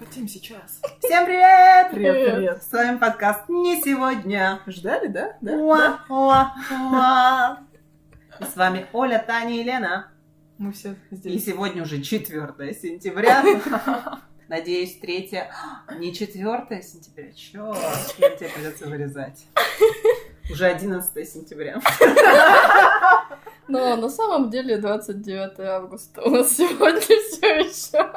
будем сейчас. Всем привет! Привет, Привет. привет. С вами подкаст «Не сегодня». Ждали, да? Да? Уа, уа, уа. И с вами Оля, Таня и Лена. Мы все И здесь. сегодня уже 4 сентября. Надеюсь, 3... Не 4 сентября. Чёрт, Лен, тебе придется вырезать. Уже 11 сентября. Но на самом деле 29 августа у нас сегодня все еще.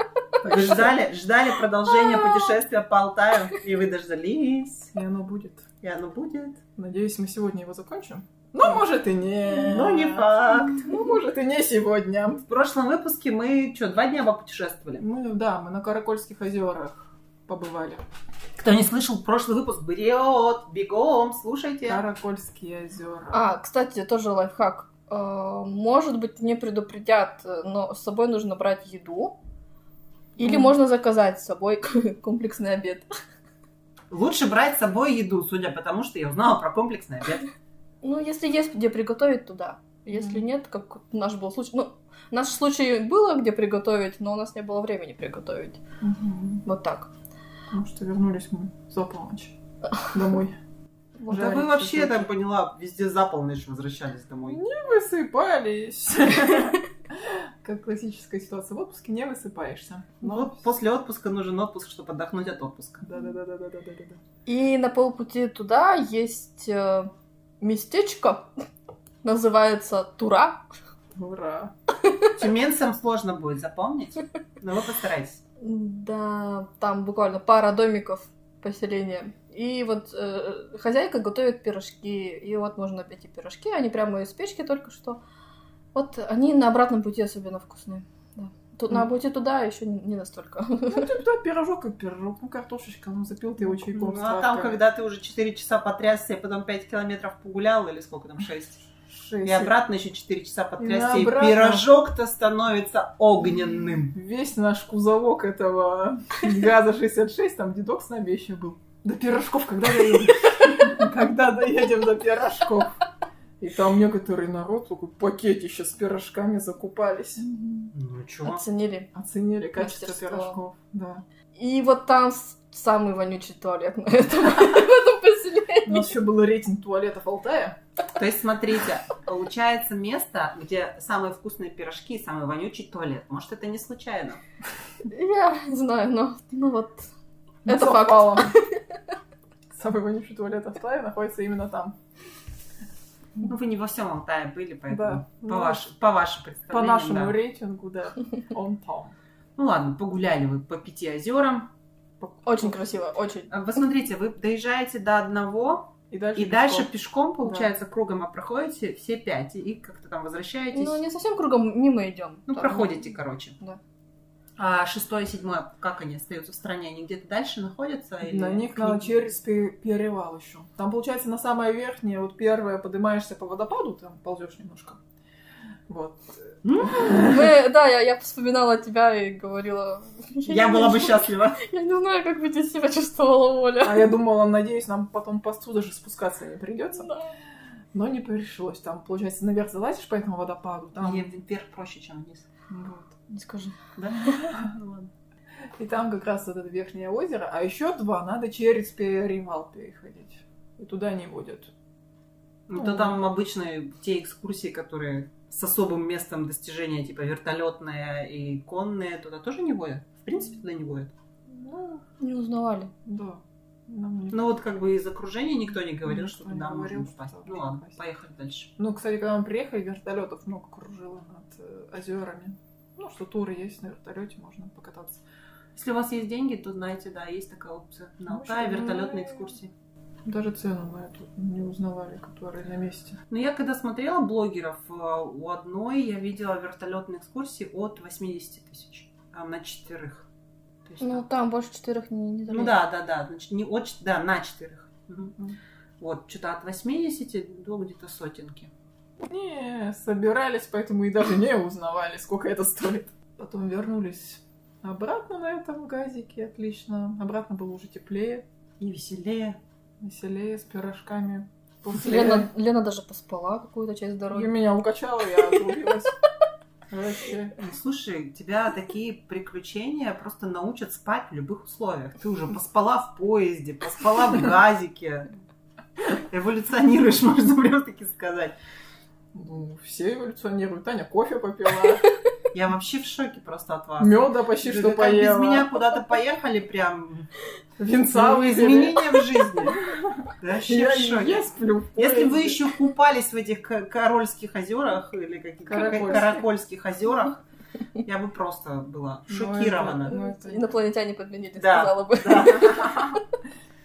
Вы ждали, ждали продолжения А. путешествия по Алтаю, и вы дождались. И оно будет. И оно будет. Надеюсь, мы сегодня его закончим. Но может и не. Но не факт. Ну, может и не сегодня. В прошлом выпуске мы что, два дня попутешествовали? Мы, да, мы на Каракольских озерах побывали. Кто не слышал, прошлый выпуск бред, бегом, слушайте. Каракольские озера. А, кстати, тоже лайфхак. Э, Может быть, не предупредят, но с собой нужно брать еду. Или Мгм. можно заказать с собой комплексный обед. Лучше брать с собой еду, судя по тому, что я узнала про комплексный обед. Ну, если есть где приготовить, туда. Если Мгм. нет, как наш был случай. Ну, наш случай было где приготовить, но у нас не было времени приготовить. Мгм. Вот так. Потому что вернулись мы за полночь домой. Вот. Да. Да вы Жарить вообще, я шашлыки. так поняла, везде за полночь возвращались домой. Не высыпались. Как классическая ситуация в отпуске, не высыпаешься. Ну вот после отпуска нужен отпуск, чтобы отдохнуть от отпуска. Да-да-да-да-да-да-да. И на полпути туда есть э, местечко, называется Тура. Ура. Тюменцам сложно будет запомнить, но вы постарайтесь. Да, там буквально пара домиков поселения. И вот э, хозяйка готовит пирожки, и вот можно пить и пирожки, они прямо из печки только что. Вот они на обратном пути особенно вкусные. Да. Тут на Мгм. пути туда еще не, не настолько. Ну, ты, да, пирожок как пирожок, ну, картошечка, ну, запил ты его чайком. Ну с а там, травками. когда ты уже 4 часа потрясся, и потом 5 километров погулял, или сколько там, 6? Шесть. И обратно еще 4 часа потрясти. И И, обратно. пирожок-то становится огненным. Весь наш кузовок этого газа 66, там дедок с нами еще был. До пирожков когда доедем? Когда доедем до пирожков? И там некоторый народ такой пакетище с пирожками закупались. Ну чё? Оценили. Оценили качество Мастерство. пирожков. Да. И вот там с- самый вонючий туалет на этом, в этом поселении. Ну, У нас еще был рейтинг туалетов Алтая. То есть, смотрите, получается место, где самые вкусные пирожки и самый вонючий туалет. Может, это не случайно? Я знаю, но ну вот Ну, Это совпало. Самый вонючий туалет Алтая находится именно там. Ну, вы не во всем Алтае были, поэтому Да. по, Ну, ваш- по вашим По представлениям. нашему да. рейтингу, да. Он там. Ну ладно, погуляли вы по пяти озерам. очень красиво, очень. А Вы смотрите, вы доезжаете до одного, И дальше. и пешком. дальше пешком, получается, кругом, а проходите все пять, и как-то там возвращаетесь. Ну, не совсем кругом мимо идем. Ну, проходите, короче. Да. А шестое, седьмое, как они остаются в стране? Они где-то дальше находятся? или На них к надо ним? через пе- перевал еще. Там, получается, на самое верхнее, вот первое, поднимаешься по водопаду, там ползешь немножко. Вот. М? Мы, да, я, я вспоминала тебя и говорила. Я не была бы знаю, счастлива. Я не знаю, как бы ты себя чувствовала, Оля. А я думала, надеюсь, нам потом по даже спускаться не придется. Да. Но не пришлось. Там, получается, наверх залазишь по этому водопаду. Там, Мне вверх проще, чем вниз. вот. Не скажи. Да? Ну ладно. И там как раз вот это верхнее озеро. А еще два надо через перевал переходить. И туда не будет. Ну, то там обычно те экскурсии, которые с особым местом достижения, типа вертолетная и конная, туда тоже не водят? В принципе, туда не водят. Ну, Не узнавали. да. Нам не- Ну, вот как бы из окружения никто не говорил, Никто что не туда говорил, можно что попасть. туда Ну можно ладно, попасть. поехали дальше. Ну, кстати, когда мы приехали, вертолетов много кружило над э, озерами. Ну, что туры есть на вертолете, можно покататься. Если у вас есть деньги, то знаете, да, есть такая опция. На Ну, Алтае что- вертолетные экскурсии. Даже цену на эту не узнавали, которые на месте. Но Ну, я когда смотрела блогеров, э, у одной я видела вертолетные экскурсии от 80 тысяч а, на четверых. То есть Ну, так. там больше четырех не, не ну залезть. да, да, да, значит, не от, ч- да, на четверых. Мгм. Мгм. Вот, что-то от 80 до где-то сотенки. Не, собирались, поэтому и даже не узнавали, сколько это стоит. Потом вернулись обратно на этом газике, отлично. Обратно было уже теплее, И веселее. веселее, с пирожками. Лена, Лена даже поспала какую-то часть И дороги. меня укачало, я отрубилась. Вообще. Ну, Слушай, тебя такие приключения просто научат спать в любых условиях. Ты уже поспала в поезде, поспала в газике. Эволюционируешь, можно прям таки сказать. Ну, все эволюционируют. Таня кофе попила, Я вообще в шоке просто от вас. меда почти Вы что как без меня поела, куда-то поехали прям. винца Ну, выпили. изменения в жизни. Вообще Я, в шоке. я сплю в Если вы поезде. еще купались в этих ка- Карольских озерах или каких Каракольских. Каракольских озерах, я бы просто была Ну, шокирована. Ну, это- Инопланетяне подменили, Да. сказала бы. Да.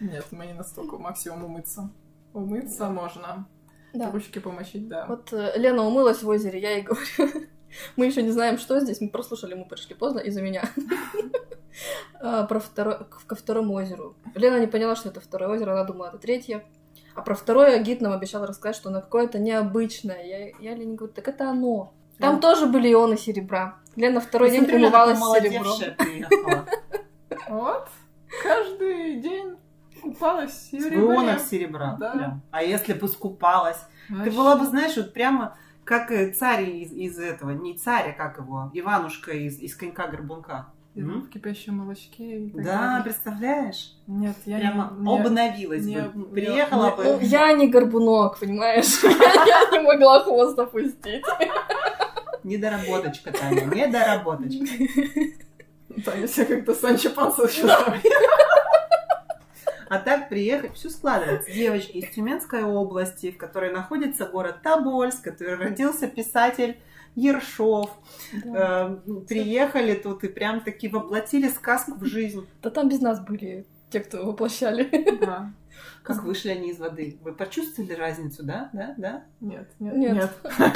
Нет, мы не настолько максимум умыться. Умыться можно. Да. Ручки помочить, да. Вот э, Лена умылась в озере, я ей говорю. Мы еще не знаем, что здесь. Мы прослушали, мы пришли поздно из-за меня. А, Про второ- к- ко второму озеру. Лена не поняла, что это второе озеро, она думала, это третье. А про второе гид нам обещал рассказать, что оно какое-то необычное. Я, я Лене говорю, так это оно. Там Да. тоже были ионы серебра. Лена второй день Смотрю, я такая умывалась серебром. молодевшая приехала. Вот. Каждый день купалась в С серебре. рулонов серебра. Да. прям. А если бы скупалась? Ты Вообще. была бы, знаешь, вот прямо как э, царь из, из этого, не царь, а как его, Иванушка из, из «Конька-горбунка». И М? В кипящем молочке. и так Да, далее. представляешь? Нет, я Прямо не... не- обновилась не- бы. не- Приехала не- Ну, бы. я не горбунок, понимаешь? Я не могла хвост опустить. Недоработочка, Таня, недоработочка. Таня себя как-то Санчо Панса чувствует. А так приехать, все складывается. Девочки из Тюменской области, в которой находится город Тобольск, в котором родился писатель Ершов. Э, Приехали тут и прям таки воплотили сказку в жизнь. Да там без нас были те, кто воплощали. Да. Как вышли они из воды. Вы почувствовали разницу, да? Да, да? Нет, нет, Нет. нет.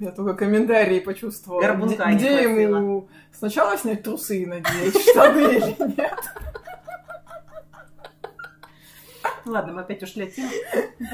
Я только комментарии почувствовала. Горбунка Где- не Где ему сначала снять трусы и надеть, штаны или нет? Ну Ладно, мы опять ушли от темы.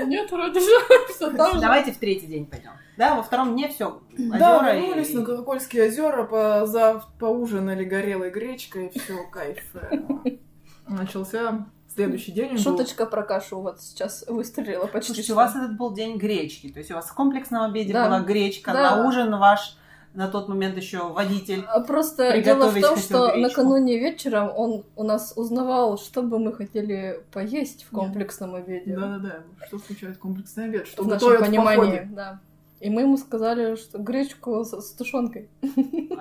Нет, вроде же все там же. Давайте в третий день пойдем. Да, во втором дне все. Да, вернулись на Колокольские озера, позав... поужинали горелой гречкой, все, кайф. э, Начался следующий день. он был- Шуточка про кашу вот сейчас выстрелила почти. Слушайте, что. у вас этот был день гречки. То есть у вас в комплексном обеде Да. была гречка, Да. на ужин ваш на тот момент еще водитель. А Просто дело в приготовить том, хотел что гречку. накануне вечером он у нас узнавал, что бы мы хотели поесть в комплексном обеде. Да-да-да, что включает комплексный обед, что в нашем готовят в понимании, походе. да. И мы ему сказали, что гречку с, с тушенкой. А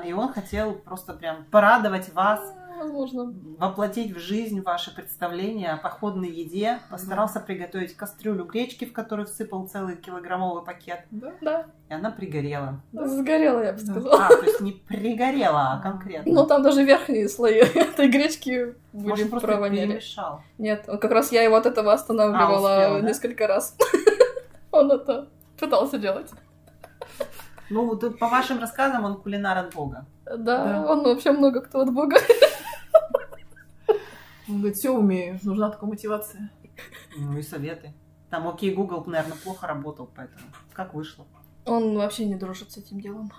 И он хотел просто прям порадовать вас, Возможно. воплотить в жизнь ваше представление о походной еде. Постарался приготовить кастрюлю гречки, в которую всыпал целый килограммовый пакет. Да? Да. И она пригорела. Сгорела, я бы Да. сказала. А, то есть не пригорела, а конкретно. Но там даже верхние слои этой гречки были Может, просто провоняли. перемешал. Нет, вот как раз я его от этого останавливала А, успела, да? несколько раз. Он это пытался делать. Ну, вот тут по вашим рассказам, он кулинар от бога. Да, Да. он вообще много кто от бога. Он говорит, все умею, нужна только мотивация. Ну и советы. Там, окей, Google, наверное, плохо работал, поэтому как вышло. Он вообще не дружит с этим делом.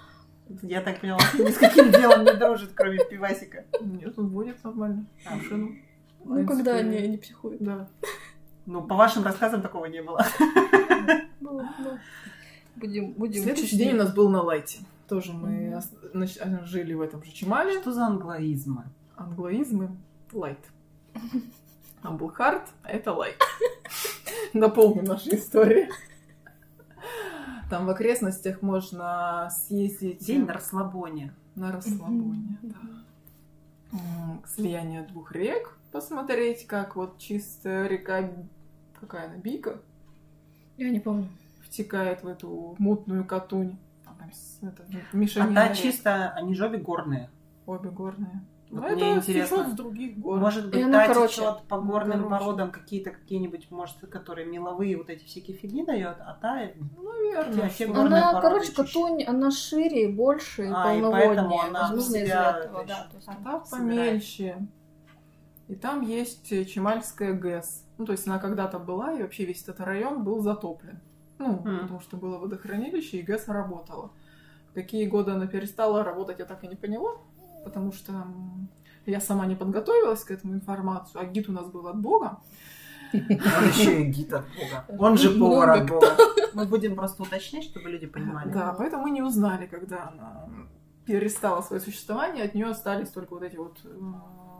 Я так поняла, что ни с каким делом не дружит, кроме пивасика. Нет, он будет нормально. А. Машину. Ну, когда они не психуют. Да. Ну, по вашим рассказам такого не было. Ну, ну, Будем, будем. Следующий честны. день у нас был на лайте. Тоже мы Мгм. ос- нач- а, жили в этом же Чемале. Что за англоизмы? Англоизмы лайт. Там был хард, а это лайт. Напомню наши истории. Там в окрестностях можно съездить День на расслабоне. на расслабоне. Мгм. да. М, Слияние двух рек. Посмотреть, как вот чистая река, какая она, Бика, Я не помню. втекает в эту мутную катунь. Там прям с- это, А мешанина та рек. чисто, они же обе горные. Обе горные. Вот Ну, мне это интересно. течёт с других гор. Может И быть, она та короче. течет по горным Короче. породам какие-то какие-нибудь, может, которые меловые вот эти всякие фигни дает, а та... Наверное. Вообще Ну, что- горные Горная Она, порода короче, чище. катунь, она шире, и больше и А, и поэтому полноводнее. она Возможно, из-за себя этого, да. ещё- То есть А там- та собирает. поменьше. И там есть э, Чемальская ГЭС. Ну, то есть она когда-то была, и вообще весь этот район был затоплен. Ну, Мгм. потому что было водохранилище, и ГЭС работала. В какие годы она перестала работать, я так и не поняла, потому что м, я сама не подготовилась к этому информацию, а гид у нас был от Бога. Он еще Ну, и гид от Бога. Он же повар от Бога. Ну, Мы будем просто уточнять, чтобы люди понимали. Да, поэтому мы не узнали, когда она перестала свое существование, от нее остались только вот эти вот э,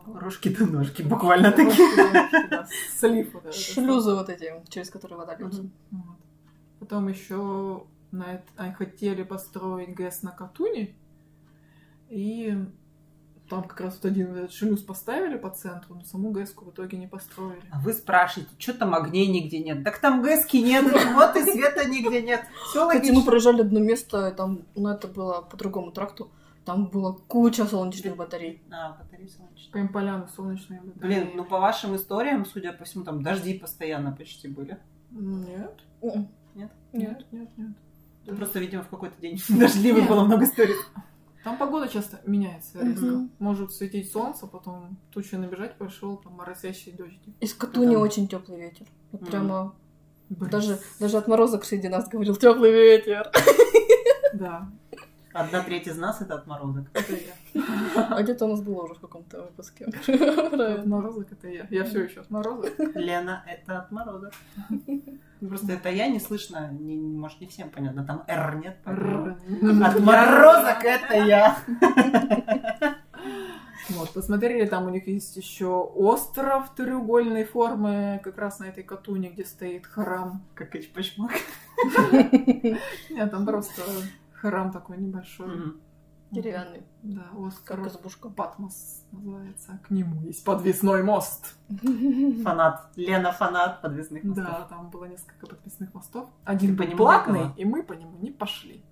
Рожки до ножки, буквально такие. рожки, да, слив. вот этот. Шлюзы вот эти, через которые вода льется. Мгм. Вот. Потом еще на эт- они хотели построить ГЭС на Катуне, и там как раз вот один вот этот шлюз поставили по центру, но саму ГЭС в итоге не построили. А вы спрашиваете, что там огней нигде нет? Так там гэски нет, вот и света нигде нет. Все Кстати, мы логично. проезжали одно место, и там, ну, это было по другому тракту, там было куча солнечных батарей. А, батареи солнечные. Прям поляны солнечные. батареи. Блин, ну по вашим историям, судя по всему, там дожди постоянно почти были. Нет, М-м. Нет? нет, нет, нет. Ну, Просто, видимо, в какой-то день дождливый Нет. было много историй. Там погода часто меняется Мгм. резко. Может светить солнце, потом тучи набежать пошел, там моросящие дожди. Из Катуни Да. очень теплый ветер. Вот Мгм. прямо Блин, даже, даже отморозок среди нас говорил теплый ветер. Да. Одна треть из нас это отморозок. Это я. А где-то у нас было уже в каком-то выпуске. Отморозок это я. Я все еще отморозок. Лена, это отморозок. Ну, Просто это я не слышно, не- может, не всем понятно. Там «р» нет. поэтому- Отморозок это я. Вот, посмотрели, там у них есть еще остров треугольной формы, как раз на этой катуне, где стоит храм. Как эчпочмак. Нет, там просто храм такой небольшой. Деревянный, Да, как остров избушка. Патмос называется. К нему есть подвесной мост. Фанат. Лена фанат подвесных мостов. Да, там было несколько подвесных мостов. Один был по нему не платный, была? и мы по нему не пошли.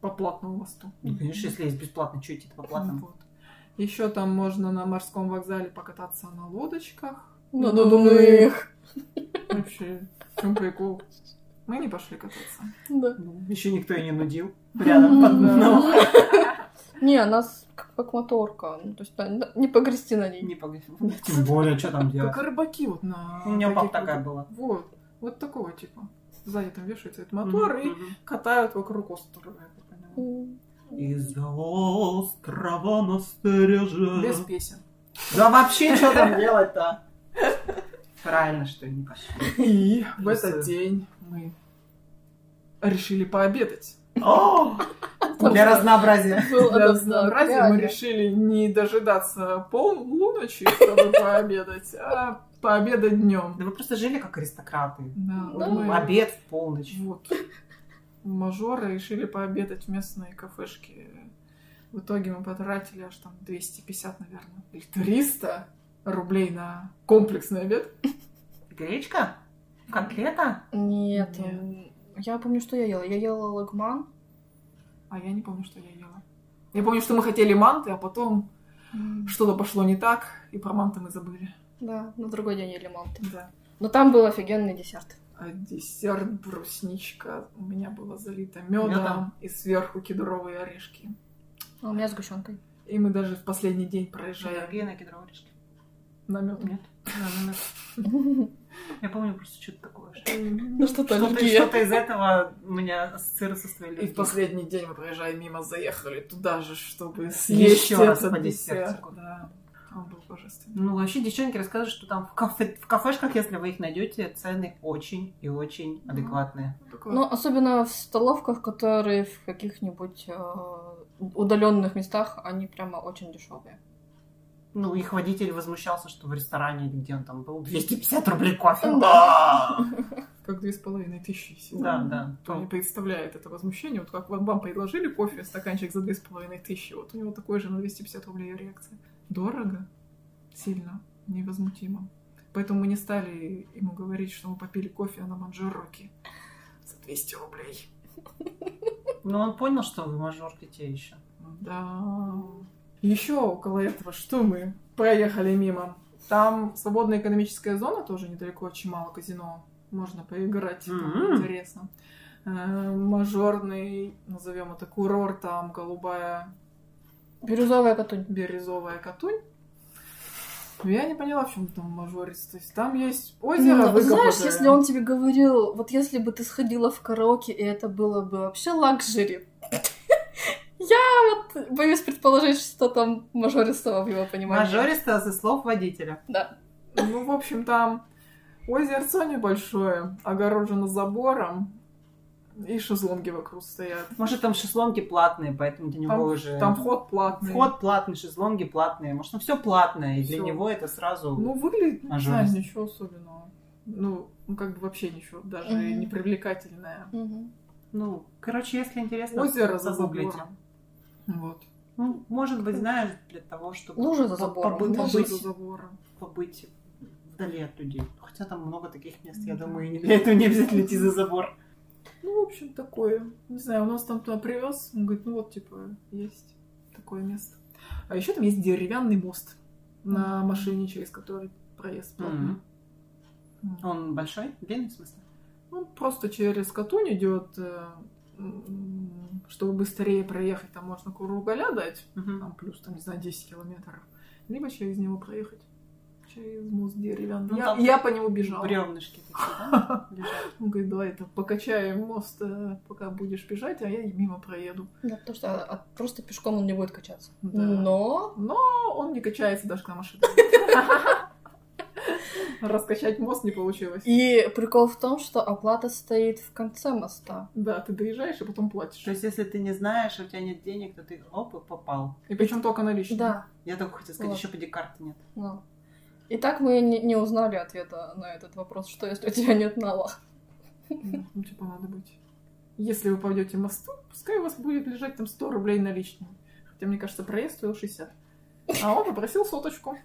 По платному мосту. Ну, конечно, если есть бесплатно, что идти по платному? Еще там можно на морском вокзале покататься на лодочках. Ну, На надувных. Вообще, в чем прикол? Мы не пошли кататься. Да. Еще Ну, никто и не нудил. Рядом под Да. ног. Не, она с- как, как моторка. Ну, то есть да, не- не погрести на ней. Не погоди. Тем более, что там делать. Как рыбаки вот на... У меня папа таких такая вот- была. Вот, вот такого типа. Сзади там вешается этот мотор и катают вокруг острова. я так поняла. М. Из-за острова на стереже. Без песен. Да вообще, что там делать-то? Правильно, что не пошли. И в Плюсы. этот день мы решили пообедать. О, Для разнообразия. Был Для этот, да, разнообразия мы реально. решили не дожидаться полуночи, чтобы пообедать, а пообедать днем. Да вы просто жили как аристократы. Ну, Да, Да. мы- Обед в полночь. Вот. Мажоры решили пообедать в местной кафешке. В итоге мы потратили аж там 250, наверное, или 300 рублей на комплексный обед. Гречка? Котлета? Нет. Нет. м, Я помню, что я ела. Я ела лагман. А я не помню, что я ела. Я помню, что мы хотели манты, а потом что-то пошло не так, и про манты мы забыли. Да, на другой день ели манты. Да. Но там был офигенный десерт. А десерт брусничка у меня было залито медом Мёдом? и сверху кедровые орешки. А у меня сгущенкой. И мы даже в последний день проезжая Жареные кедровые орешки. на мед. Нет. Я помню просто что-то такое. же. Ну что-то Что-то аллергия. что-то из этого у меня ассоциируется с твоей И в аллергией. последний день мы, проезжая мимо, заехали туда же, чтобы съесть Еще раз этот по десерт. десертику. Да. Он был божественный. Ну, вообще, девчонки рассказывают, что там в, кафе- в кафешках, если вы их найдете, цены очень и очень Мгм. адекватные. Такой Но Ну, особенно в столовках, которые в каких-нибудь э, удаленных местах, они прямо очень дешевые. Ну, их водитель возмущался, что в ресторане, или где он там был, 250 рублей кофе. Да. Как две с половиной тысячи всего. Да, да. Кто не представляет это возмущение. Вот как вам, вам предложили кофе, стаканчик за две с половиной тысячи. Вот у него такой же на 250 рублей реакция. Дорого. Сильно. Невозмутимо. Поэтому мы не стали ему говорить, что мы попили кофе на Манжероке за 200 рублей. Но ну, он понял, что вы мажорки те еще. Да. Еще около этого, что мы проехали мимо. Там свободная экономическая зона, тоже недалеко от Чимала казино. Можно поиграть, там Мгм. интересно. Э, Мажорный, назовем это курорт, там голубая Бирюзовая катунь. бирюзовая катунь. Я не поняла, в чем там мажорист. То есть там есть озеро выкопанное. Ну, знаешь, если он тебе говорил, вот если бы ты сходила в караоке, и это было бы вообще лакжери. Я вот боюсь предположить, что там мажористого в его понимании. Мажориста за слов водителя. Ну, в общем, там Озерцо небольшое, огорожено забором, и шезлонги вокруг стоят. Может, там шезлонги платные, поэтому для него уже... Там вход платный. Вход платный, шезлонги платные. Может, ну все платное, и для Всё. него это сразу... Ну, выглядит, не А знаю, жесть. ничего особенного. Ну, ну, как бы вообще ничего, даже Мгм. не привлекательное. Мгм. Ну, короче, если интересно, Озеро за загуглите. забором. Вот. Ну, может быть, знаешь, для того, чтобы Лужа за по- забором. побы- Лужа Озеро побыть, за забором. побыть вдали от людей. Хотя там много таких мест, я думаю, и не для этого не обязательно идти за забор. Ну, в общем, такое. Не знаю, у нас там туда привез. Он говорит, ну вот, типа, есть такое место. А еще там есть деревянный мост на машине, через который проезд платный. М. Ну, Он большой, длинный, в смысле? Он просто через Катунь идет, э, м, чтобы быстрее проехать, там можно Куругаля дать, Мгм. там плюс, там, не знаю, 10 километров, либо через него проехать. Через мост Ну, деревянный. Я, там я по нему бежала. Бревнышки такие, да? лежат? Он говорит, давай это покачаем мост, э, пока будешь бежать, а я мимо проеду. Да, потому что а, а просто пешком он не будет качаться. Да. Но Но он не качается даже на машине. Раскачать мост не получилось. и прикол в том, что оплата стоит в конце моста. Да, ты доезжаешь и потом То платишь. есть, если ты не знаешь, а у тебя нет денег, то ты оп, и попал. И причем только наличные. Да. Я только хотела сказать, Вот. еще поди карты нет. ну. И так мы не, не узнали ответа на этот вопрос, что если у тебя нет нала. Ну, ну, типа, надо быть. Если вы пойдете мосту, пускай у вас будет лежать там 100 рублей наличными. Хотя, мне кажется, проезд стоил 60. А он попросил соточку.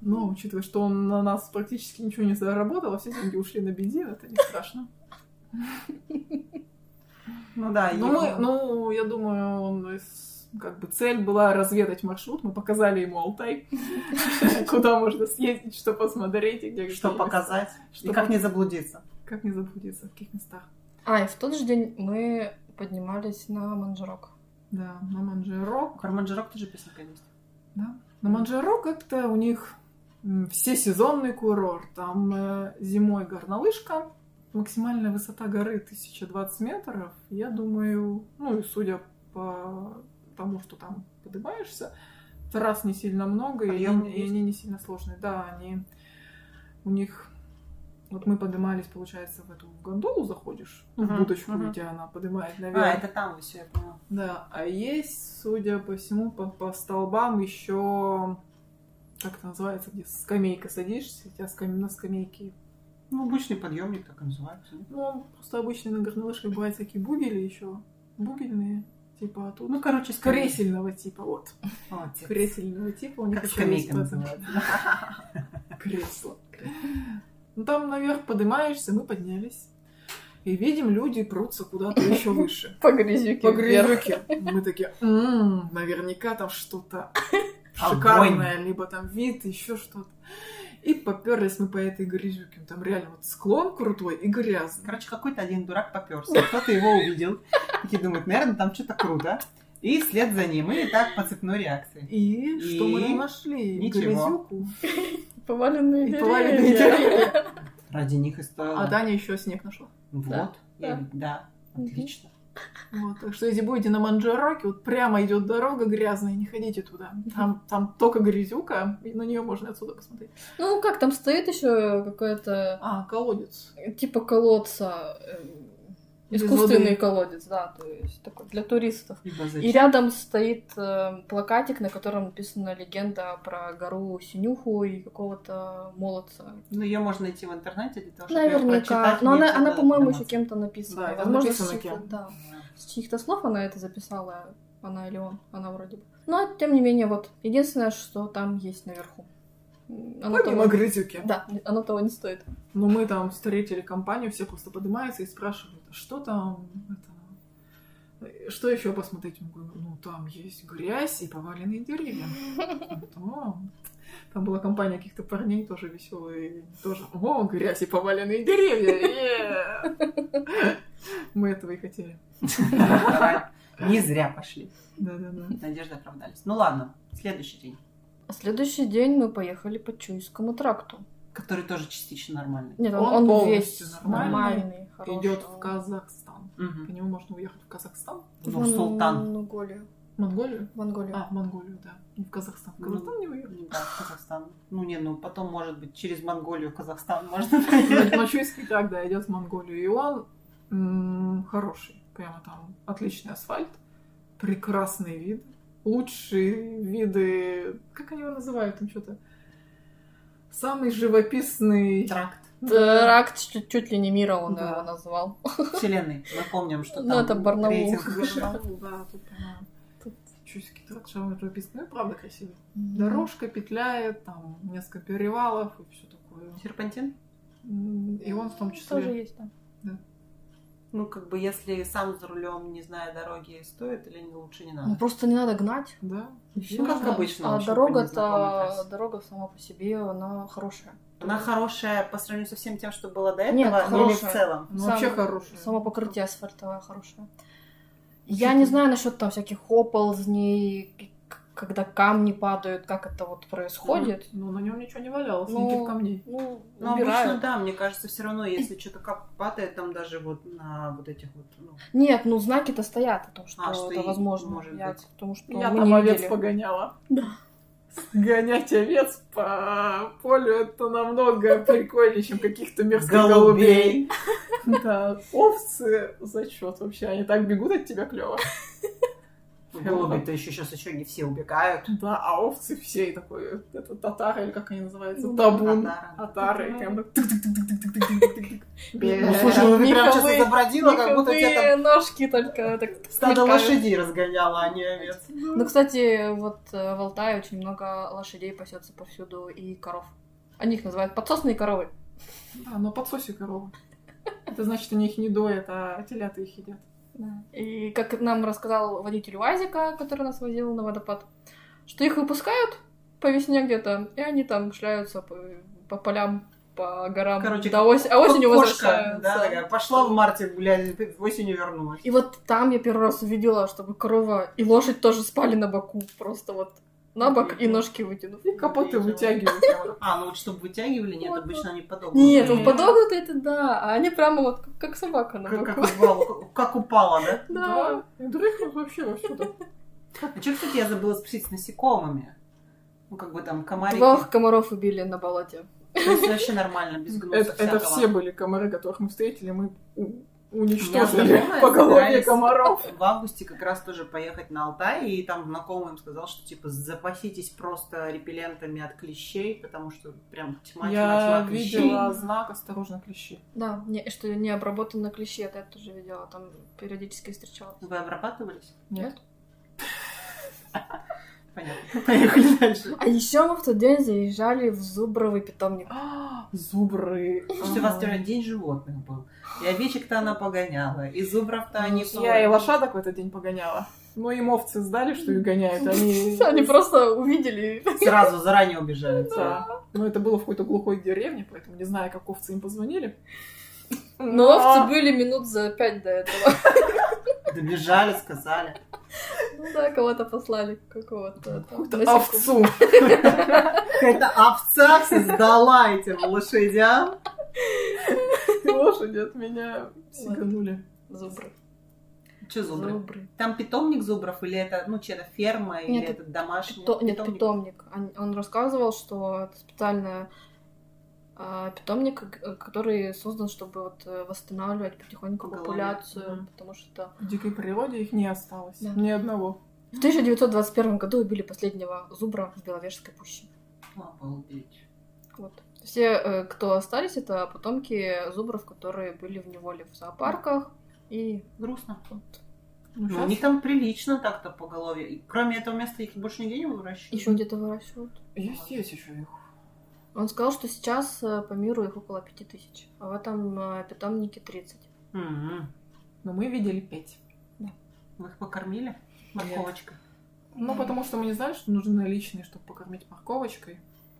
Но, учитывая, что он на нас практически ничего не заработал, а все деньги ушли на бензин, это не страшно. Ну да, Ну, мы- ну, я думаю, он из- как бы цель была разведать маршрут. Мы показали ему Алтай, куда можно съездить, что посмотреть и где что где- показать, что и как пок- не заблудиться. как не заблудиться, в каких местах. А, и в тот же день мы поднимались на Манжерок. Да, на Манжерок. Про Манжерок тоже песенка есть. На Манжерок как-то у них м, всесезонный курорт. Там э, зимой горнолыжка, максимальная высота горы 1020 метров. Я думаю, ну и судя по тому, что там поднимаешься, трасс не сильно много, и Подъёмы они, и есть? они не сильно сложные. Да, они у них вот мы поднимались, получается, в эту гондолу заходишь, ну, в Мгм, будочку, мгм. где она поднимает наверх. А, это там все, я поняла. Да, а есть, судя по всему, по, по столбам еще как это называется, где скамейка садишься, и тебя скам- на скамейке. Ну, обычный подъемник так и называется. нет? Ну, просто обычно на горнолыжках бывают такие бугели еще. Бугельные, типа а тут. Ну, короче, скорее. кресельного типа, вот. Кресельного типа у них Как еще есть скамейка вот называется. это кресло. Ну там наверх поднимаешься, мы поднялись. И видим, люди прутся куда-то еще выше. По грязюке. По вверх. грязюке. Мы такие, «М, наверняка там что-то Огонь. шикарное, либо там вид, еще что-то. И поперлись мы по этой грязюке. Там реально вот склон крутой и грязный. Короче, какой-то один дурак поперся. Кто-то его увидел. Такие думают, наверное, там что-то круто. И вслед за ним. И так по цепной реакции. И, И что мы там нашли? ничего. Грязюку Поваленные и деревья. поваленные деревья. Ради них и стоило. А Даня еще снег нашла. Вот. Да. Я- Да. Мгм. Отлично. Вот, так что если будете на Манджароке, вот прямо идет дорога грязная, не ходите туда. Там, там только грязюка, и на нее можно отсюда посмотреть. Ну как, там стоит еще какое-то А, колодец. типа колодца. э, Без Искусственный воды. колодец, да, то есть такой для туристов. И И базычный. рядом стоит э, плакатик, на котором написана легенда про гору Синюху и какого-то молодца. Ну, ее можно найти в интернете для того, чтобы её Наверняка. прочитать. Но Нет, она, она, это по-моему, информация. еще кем-то написана. Да, это Возможно, написано с чьих-то- кем. да. С чьих-то слов она это записала, она или он, она вроде бы. Но, тем не менее, вот, единственное, что там есть наверху. М, Оно Помимо того... грязюки. Да, оно того не стоит. Но мы там встретили компанию, все просто поднимаются и спрашивают, «А что там, это, что еще посмотреть? Мы говорим, ну там есть грязь и поваленные деревья. «О». Там была компания каких-то парней тоже веселые, тоже, о, грязь и поваленные деревья. е!» Мы этого и хотели. Давай. Не зря пошли. Да-да-да. Надежды оправдались. Ну ладно, следующий день, А следующий день мы поехали по Чуйскому тракту. который тоже частично нормальный. Нет, он, Он он полностью весь нормальный. нормальный, хороший. Идет в Казахстан. По Мгм. нему можно уехать в Казахстан. Ну, султан. Ну, Голия. Монголию? в Монголию. А, в Монголию, да. Не в Казахстан. В Казахстан не уехал. Ну, да, в Казахстан. Ну, не, ну, потом, может быть, через Монголию, Казахстан можно Ну, проехать. Мачуйский так, да, идет в Монголию. И он м, хороший. Прямо там отличный асфальт, прекрасный вид, лучшие виды... Как они его называют там что-то? Самый живописный... Тракт Рак чуть, чуть ли не мира он Да. его назвал. вселенной. Мы помним, что Ну, там это Барнаул. рейтинг. Барнаул, да, тут прямо... Тут- Чусики тракт, шаурма, живописный. Ну, и правда красивый. Дорожка петляет, там несколько перевалов и все такое. Серпантин? М, И он в том Тоже числе... есть там. Ну, как бы, если сам за рулем, не зная дороги, стоит или не- лучше не Ну, надо. просто не надо гнать. Да. Ну, как Можно. обычно, в А общем, по незнакомой дорога-то, трассе. дорога сама по себе, она хорошая. Она хорошая по сравнению со всем тем, что было до этого, Нет, или в хорошая. целом? Ну, вообще Сам- хорошая. Само покрытие асфальтовое хорошее. Я не знаю насчет там всяких оползней, к- когда камни падают, как это вот происходит. Ну, на нем ничего не валялось, Ну, никаких камней. Ну, Ну, убирают. обычно, да, мне кажется, все равно, если что-то кап- падает, там даже вот на вот этих вот, ну, Нет, ну знаки-то стоят о том, что, А, что это и возможно. может Я быть. к тому, что Я мы там не овец видели. погоняла. Да. Гонять овец по полю это намного прикольнее, чем каких-то мерзких голубей. голубей. Да, овцы зачет вообще, они так бегут от тебя клево. Голуби-то еще сейчас еще не все убегают. Да, а овцы все и такой, это татары или как они называются, Ну, табун. Татары. Татары, и прям так тык-тык-тык-тык-тык-тык-тык-тык. Ну, Бля. слушай, ну ты Не прям сейчас хавай, изобразила, как будто Никакие тебя ножки только так там стадо мелькают. лошадей разгоняла, а не овец. Ну, кстати, вот э, в Алтае очень много лошадей пасется повсюду и коров. Они их называют подсосные коровы. Да, но подсоси коровы. Это значит, они их не доят, а телята их едят. И как нам рассказал водитель УАЗика, который нас возил на водопад, что их выпускают по весне где-то, и они там шляются по, по полям, по горам. Короче, до ос- а осенью Кошка, возвращаются. да, такая, пошла в марте гулять, осенью вернулась. И вот там я первый раз увидела, чтобы корова и лошадь тоже спали на боку, просто вот на бок и ножки вытянув. И капоты Видела. вытягивают. А, ну вот чтобы вытягивали, нет, Вот, обычно они подобные. Нет, он вот подогнутый это да, а они прямо вот как, как собака на Как, как боку. упала, как упала, да? Да. Да, дрыхнут вообще во всю там. А что, кстати, я забыла спросить с насекомыми? Ну, как бы там комарики. Двух комаров убили на болоте. То есть вообще нормально, без гнуса Это, это всякого. все были комары, которых мы встретили, мы у- Я уничтожили знакомая по голове собираюсь. комаров. В августе как раз тоже поехать на Алтай, и там знакомый им сказал, что типа запаситесь просто репеллентами от клещей, потому что прям тьма, тьма, Я тьма клещей. видела знак «Осторожно, клещи». Да, не, что не обработанные клещи, это я тоже видела, там периодически встречала. Вы обрабатывались? Нет. Понятно. Поехали дальше. А еще мы в тот день заезжали в зубровый питомник. А, Зубры. Слушайте, у вас сегодня день животных был. И овечек-то она погоняла, и зубров-то они... Я и лошадок в этот день погоняла. Но им овцы сдали, что их гоняют. Они... Они просто увидели. Сразу заранее убежали. Да. Но это было в какой-то глухой деревне, поэтому не знаю, как овцы им позвонили. Но овцы были минут за пять до этого. Добежали, сказали. Ну Да, кого-то послали, какого-то. там Какую-то насекомого. овцу. Какая-то овца создала этим лошадям. Лошади от меня сиганули. Зубры. Че зубры? Зубры. Там питомник зубров или это, ну, чья-то ферма, или Нет, это домашний Пито- Нет, питомник. Он- Он рассказывал, что это специально а, питомник, г- который создан, чтобы вот э, восстанавливать потихоньку Голове. популяцию, Мгм. потому что В дикой природе их не осталось. Да. Ни одного. в 1921 году убили последнего зубра в Беловежской пуще. Обалдеть. Вот. Все, э, кто остались, это потомки зубров, которые были в неволе в зоопарках. И Грустно. вот Ну, Ну, щас- у них там прилично так-то по голове. И кроме этого места их больше нигде не выращивают. еще где-то выращивают. Есть, есть еще их. Он сказал, что сейчас э, по миру их около пяти тысяч, а в этом э, питомнике 30. М-м. Но мы видели пять. Вы их покормили? Морковочка. Ну, потому что мы не знали, что нужны наличные, чтобы покормить морковочкой.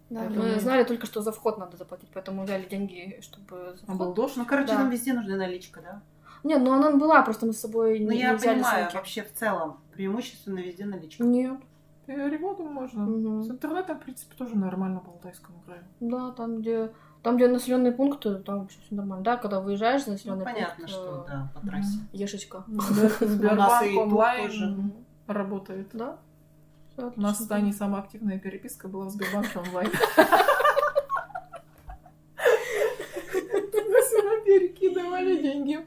Да, Это мы мы- знали только, что за вход надо заплатить, поэтому взяли деньги, чтобы за Он был вход. должен. Ну, короче, Да. там везде нужна наличка, да? Не, ну она была, просто мы с собой Ну, не, я не взяли понимаю, сумки. вообще в целом преимущественно везде наличка. Нет. Переводом можно. С Мгм. интернетом, в принципе, тоже нормально по Алтайскому краю. Да, там, где. Там, где населенные пункты, там вообще все нормально. Да, когда выезжаешь за Ну, населенный понятно, пункт, что э, да, по трассе. Ешечка. Да, У нас и Сбербанк тут онлайн. тоже. Мгм. работает. Да? Всё У нас отлично. с Таней самая активная переписка была в Сбербанке онлайн. Мы сюда перекидывали деньги.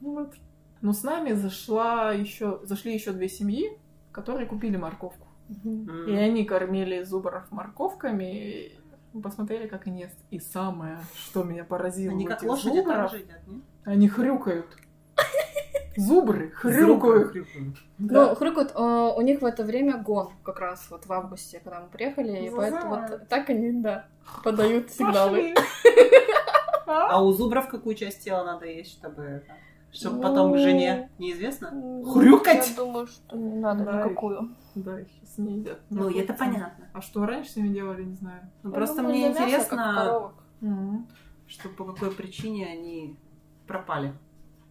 Вот. Но с нами зашла еще, зашли еще две семьи, которые купили морковку. Мгм. И они кормили зубров морковками. И мы посмотрели, как они ест. И самое, что меня поразило, Они у как этих лошади так зубров, жидят, нет? они хрюкают. Зубры хрюкают. Ну, хрюкают, э, у них в это время гон, как раз вот в августе, когда мы приехали, и поэтому вот Зазывают. так они, да, подают сигналы. Пошли. А? А у зубров какую часть тела надо есть, чтобы это- Чтобы Ну. потом к жене неизвестно? М, Хрюкать? Я думаю, что не надо Да. никакую. Да, их сейчас не едят. Ну, Находится. это понятно. А что раньше с ними делали, не знаю. Ну, Я Просто думаю, мне для мяса, как интересно, коровок. Мгм. что по какой причине они пропали.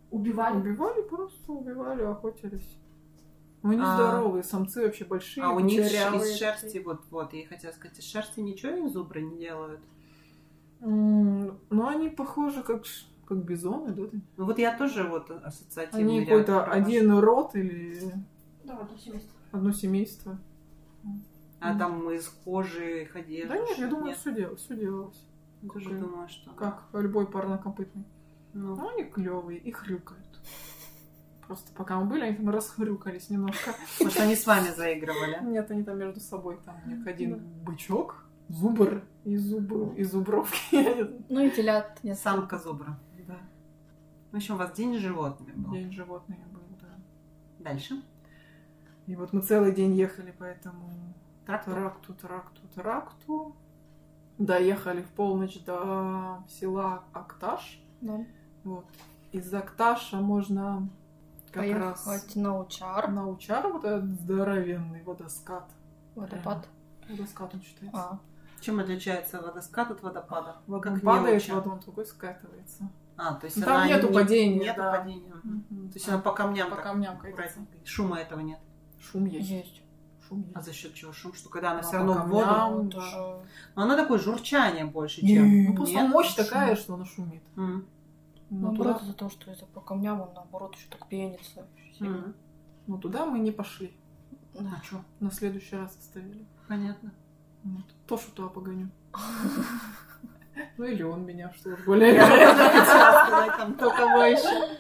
Убивали. Убивали, просто убивали, охотились. Ну, они А. здоровые, самцы вообще большие, А у них ш- кучерявые из шерсти, вот, вот, я и хотела сказать, из шерсти ничего зубры не делают. М, Ну, они похожи как, ш- как бизоны, да? Ну вот я тоже вот ассоциативный Они ряд какой-то провожу. один род или Да, одно семейство. одно семейство. А там из кожи, их одежды. Да нет, я что-то думаю, нет. все делалось. Все делалось. Это Тоже же думаю, что... Как любой парнокопытный. Ну, Ну, они клевые и хрюкают. Просто пока мы были, они там расхрюкались немножко. потому что они с вами заигрывали. Нет, они там между собой. Там у них один Да. бычок, зубр и зубр, и зубровки. Я не знаю. Ну и телят нет. Самка зубра. Да. В общем, у вас день с животными был. День животных был, да. Дальше. И вот мы целый день ехали, поэтому Трактор. тракту, тракту, тракту. Доехали в полночь до села Акташ. Да. Вот. Из Акташа можно как Поехать раз на Учар, на Учар, вот этот здоровенный водоскат. водопад. Водоскат он считается. А, Чем отличается водоскат от водопада? Вот Как он падает, неуча. вот он такой скатывается. А, то есть Ну, там она нету не- падения, Нету да. падения. мгм. А Мгм. То есть она по камням по так камням катится. аккуратненько. Шума этого нет. Шум есть. есть. Шум А есть. за счет чего шум? Что когда она Она все по равно в воду. камням. Ну, это да. же- Но она такое журчание больше, чем. Ну, просто Нет, Ну, мощь шум. такая, что она шумит. М, Но Наоборот, туда, из-за того, что это по камням, он наоборот еще так пенится. Хм. сильно. м. но туда мы не пошли. Да. А что? На следующий раз оставили. Понятно. Вот. Тошу туда погоню. Ну или он меня, что уж более вероятно. Хотела сказать, там кто кого еще.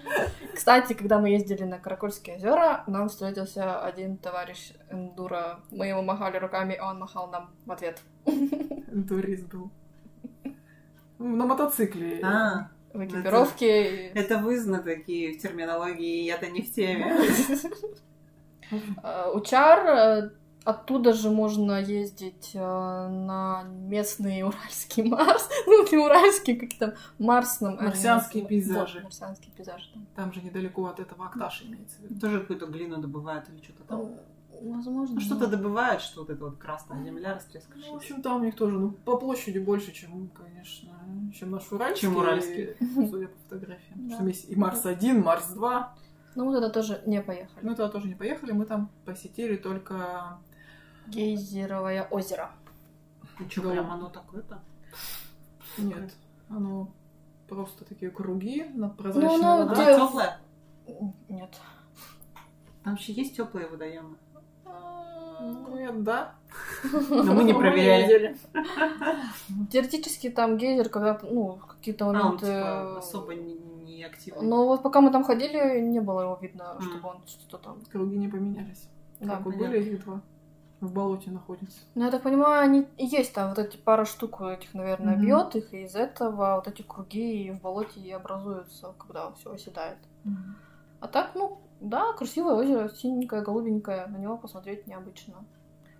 Кстати, когда мы ездили на Каракульские озера, нам встретился один товарищ эндуро. Мы ему махали руками, а он махал нам в ответ. Турист был. Ну, На мотоцикле. А, В экипировке. и- это вы такие в терминологии, я-то не в теме. Э, Учар, э, оттуда же можно ездить э, на местный Уральский Марс. Ну, не Уральский, как там, Марс. нам- а, не Марсианские Марс, пейзажи. вот, марсианские пейзажи, да. Там же недалеко от этого Акташ имеется в виду. Тоже какую-то глину добывают или что-то там. Возможно. А Ну, Что-то да. добывают, что вот эта вот красная земля Ну, в растрескавшаяся. общем, там у них тоже, ну, по площади больше, чем, конечно, чем наш уральский. Чем уральский. Судя по фотографиям. Потому Да. что там есть и Марс-1, Марс-2. Ну, вот это тоже не поехали. Мы туда тоже не поехали, мы там посетили только... Гейзеровое озеро. Ну что, Да. прям оно такое-то? Нет, оно просто такие круги на Ну, прозрачной ну, Оно воде. где- теплое? М, Нет. Там вообще есть теплые водоемы? М-м-м. Ну, я- да. Но мы не проверяли. видели. Теоретически там гейзер, когда, ну, в какие-то А, он моменты... типа особо не- не активный. Но вот пока мы там ходили, не было его видно, М. чтобы он что-то там... Круги не поменялись. Да, как и понятно. были их два. В болоте находятся. Ну, я так понимаю, они и есть там вот эти пара штук этих, наверное, Мгм. бьет их, и из этого вот эти круги и в болоте и образуются, когда все оседает. А так, ну, да, красивое озеро, синенькое, голубенькое, на него посмотреть необычно.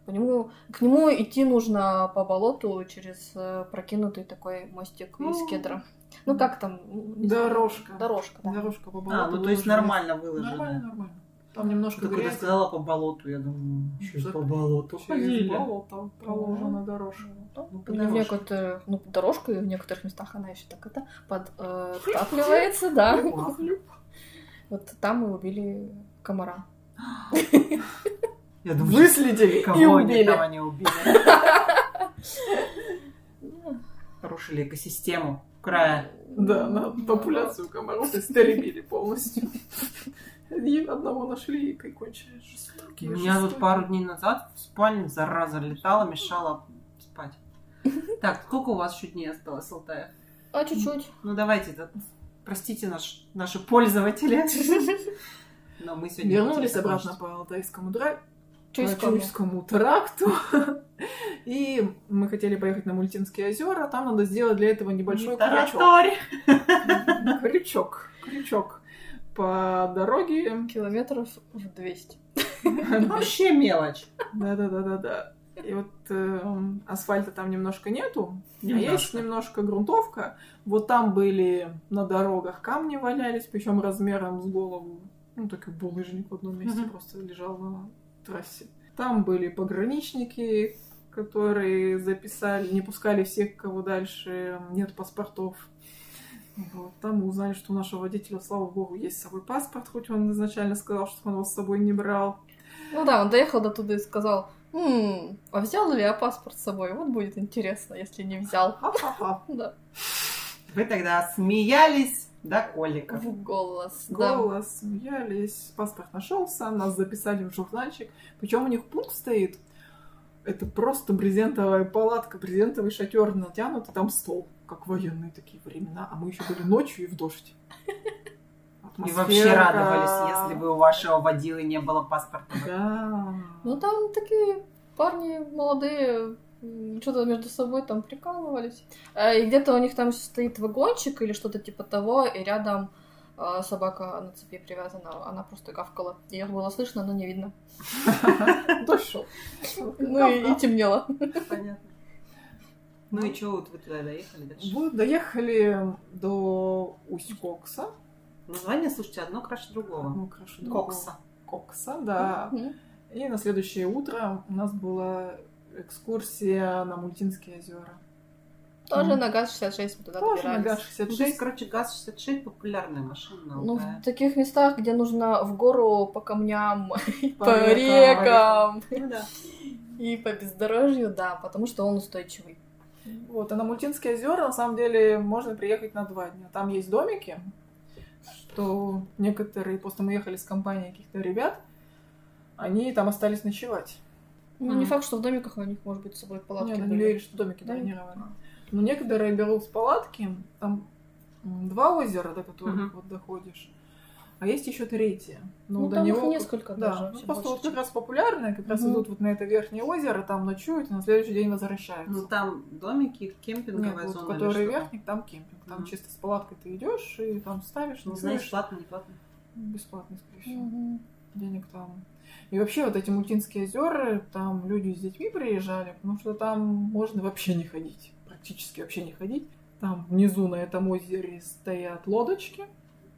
По нему, к нему идти нужно по болоту через э, прокинутый такой мостик из Ну, кедра. Ну, как там? не знаю. Дорожка. Дорожка, да. Дорожка по болоту. А, ну то есть выложена. нормально Нормально, выложено. нормально. Там немножко Ты когда грязи. сказала по болоту, я думаю, Через что по болоту Через ходили. болото проложена дорожка. Ну, Ну, в дорожка. некоторых, ну, дорожка, и в некоторых местах она еще так это подтапливается, да. Вот там мы убили комара. Я думаю, Выследили кого и они убили. там они убили. Нарушили экосистему края. Да, на популяцию комаров истребили полностью. И одного нашли и прикончили. Жестокие такие У меня вот жестокие. пару дней назад в спальне зараза летала, мешала спать. Так, сколько у вас еще дней осталось, Алтая? А чуть-чуть. Ну давайте, да, простите наш, наши пользователи, но мы сегодня... Вернулись хотим обратно закончить. по Алтайскому драйву. Чуйскому. Чуйскому тракту. И мы хотели поехать на Мультинские озера. Там надо сделать для этого небольшой Не крючок. тараторь! Крючок. Крючок. По дороге. Километров в 200. Вообще мелочь. Да-да-да-да-да. И вот эм, асфальта там немножко нету, а есть Немножко. немножко грунтовка. Вот там были на дорогах камни валялись, причем размером с голову. Ну, так и булыжник в одном месте Мгм. просто лежал на трассе. Там были пограничники, которые записали, не пускали всех, кого дальше нет паспортов. Вот. Там мы узнали, что у нашего водителя, слава богу, есть с собой паспорт, хоть он изначально сказал, что он его с собой не брал. Ну да, он доехал до туда и сказал, «М, а взял ли я паспорт с собой? Вот будет интересно, если не взял. Ха-ха-ха. Да, Вы тогда смеялись до коликов. в голос. Да. голос, смеялись, паспорт нашелся, нас записали в журнальчик. Причем у них пункт стоит. Это просто брезентовая палатка, брезентовый шатер натянут, и там стол, как военные такие времена. А мы еще были ночью и в дождь. И Атмосфера. вообще радовались, если бы у вашего водилы не было паспорта. Да. Ну там такие парни молодые, м, что-то между собой там прикалывались. А, И где-то у них там стоит вагончик или что-то типа того, и рядом а, собака на цепи привязана, она просто гавкала. Ее было слышно, но не видно. Дождь шел. Ну и, и темнело. Понятно. Ну и что, вот вы туда доехали дальше? Вот доехали до Усть-Кокса. Название, слушайте, одно краше другого. Ну, хорошо, другого. Кокса. Кокса, да. Мгм. И на следующее утро у нас была экскурсия на Мультинские озера. Тоже Мгм. на ГАЗ-66 мы туда Тоже на добирались. Ну, то есть, ГАЗ-66. короче, ГАЗ-66 популярная машина. Ну, да. в таких местах, где нужно в гору по камням, по, рекам рекам. Ну да. и по бездорожью, да, потому что он устойчивый. Вот, а на Мультинские озера, на самом деле, можно приехать на два дня. Там есть домики, что некоторые... Просто мы ехали с компанией каких-то ребят, они там остались ночевать. Ну, Мгм. не факт, что в домиках у них, может быть, с собой палатки Не, ну, они были. говорили, что домики Да? бронировали. Но некоторые берут с палатки, там м, два озера, до которых Мгм. вот доходишь, а есть еще третье. Но Ну, до там него их несколько Да, даже. ну, вообще просто больше, вот как чем- раз популярные, как раз Мгм. идут вот на это верхнее озеро, там ночуют, и на следующий день возвращаются. Ну, там домики, Нет, кемпинговая вот зона. или который что-то. верхний, там кемпинг. Там Мгм. чисто с палаткой ты идешь и там ставишь, Ну, Не не знаешь, ставишь. платно, не платно. Бесплатно, скорее всего. Мгм. Ну, Денег там. И вообще вот эти Мультинские озера, там люди с детьми приезжали, потому что там можно вообще не ходить. Практически вообще не ходить. Там внизу на этом озере стоят лодочки.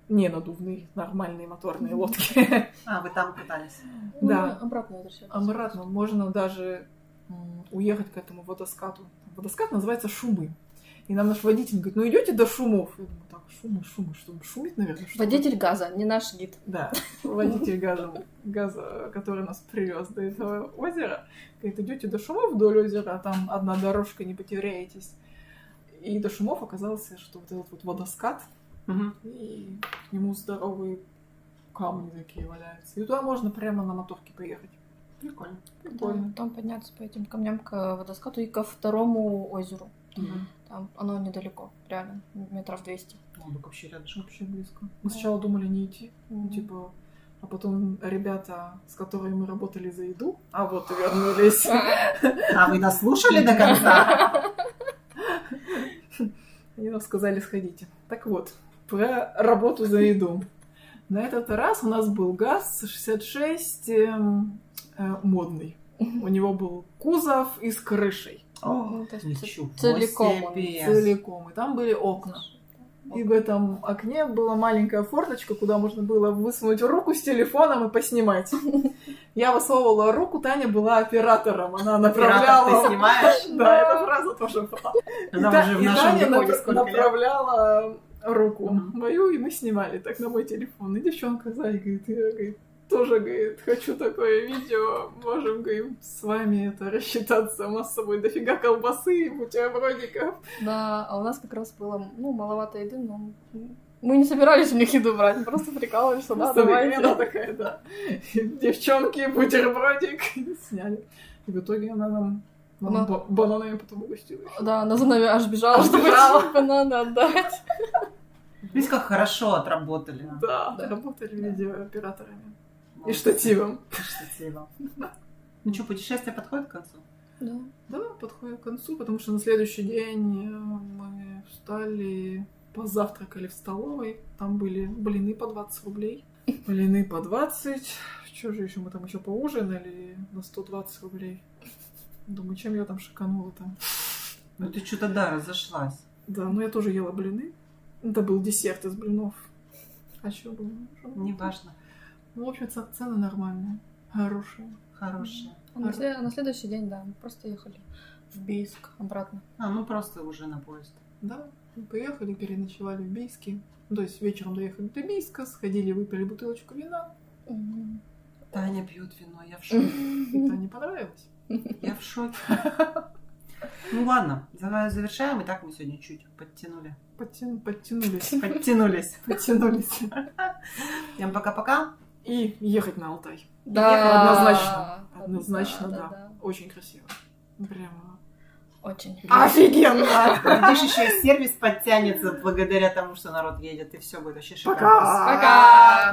Не надувные, нормальные моторные Мгм. лодки. А, вы там катались. Ну, Да. А Обратно возвращаться. Обратно ну, можно даже м, уехать к этому водоскату. Водоскат называется Шумы. И нам наш водитель говорит, ну идете до шумов. Я думаю, так, шумы, шумы, что шумит, наверное. что-то». Водитель газа, не наш гид. Да, водитель газа, газа, который нас привез до этого озера. Говорит, идете до шумов вдоль озера, а там одна дорожка, не потеряетесь. И до шумов оказалось, что вот этот вот водоскат, и к нему здоровые камни такие валяются. И туда можно прямо на моторке поехать. Прикольно. Прикольно. Да, ну, Там подняться по этим камням к водоскату и ко второму озеру. Мгм. Там оно недалеко, реально, метров 200. Ну, так вообще рядышком. Вообще близко. Мы сначала думали не идти, ну, Мгм. типа, а потом ребята, с которыми мы работали за еду, а вот и вернулись. А вы дослушали до конца? Они нам сказали, сходите. Так вот, про работу за еду. На этот раз у нас был ГАЗ-66 эм, э, модный. У него был кузов и с крышей О, Ну, то есть ничего целиком он, себе. целиком. И там были окна. И в этом окне была маленькая форточка, куда можно было высунуть руку с телефоном и поснимать. Я высовывала руку, Таня была оператором. Она Пиратов ты направляла... снимаешь? Да, эта фраза тоже была. Нам Та- уже в и нашем Таня веку нап- сколько лет. направляла руку Мгм. мою, и мы снимали так на мой телефон. И девчонка сзади говорит, я, говорит, тоже, говорит, хочу такое видео, можем, говорим, с вами это рассчитаться, у нас с собой дофига колбасы и бутербродиков. Да, а у нас как раз было, ну, маловато еды, но м, Мы не собирались у них еду брать, просто прикалывались, что да, Просто Елена давайте. такая, Типа, да. Девчонки, бутербродик. И Сняли. И в итоге она нам нам Ну. ба- бананами потом угостила. Да, она за нами аж бежала, Аж чтобы бежала. эти бананы отдать. Видите, как хорошо отработали. Да, Да. работали Да. видеооператорами. И Молодцы. штативом. И типа, штативом. Ну что, путешествие подходит к концу? Да. Да, подходим к концу, потому что на следующий день э, мы встали, позавтракали в столовой. Там были блины по 20 рублей. Блины по 20. Что же еще мы там еще поужинали на 120 рублей. Думаю, чем я там шиканула-то? Ну ты что-то, да, разошлась. Да, но я тоже ела блины. Это был десерт из блинов. А что было? Что было? Неважно. Ну, в общем, ц- цены нормальные. Хорошие. Хорошее. А На, сле- на следующий день, да, мы просто ехали в Бийск обратно. А, ну просто уже на поезд. Да, мы поехали, переночевали в Бийске. Ну, То есть вечером доехали до Бийска, сходили, выпили бутылочку вина. Мгм. Таня пьет вино, я в шоке. И не понравилось. Я в шоке. Ну ладно, давай завершаем. И так мы сегодня чуть подтянули. Подтя- Подтянулись. Подтянулись. Подтянулись. Всем пока-пока. И ехать на Алтай. Да, Однозначно. Однозначно, да. Очень красиво. Прямо. Очень. Офигенно! А, Видишь, еще и сервис подтянется благодаря тому, что народ едет, и все будет вообще шикарно. Пока! Пока!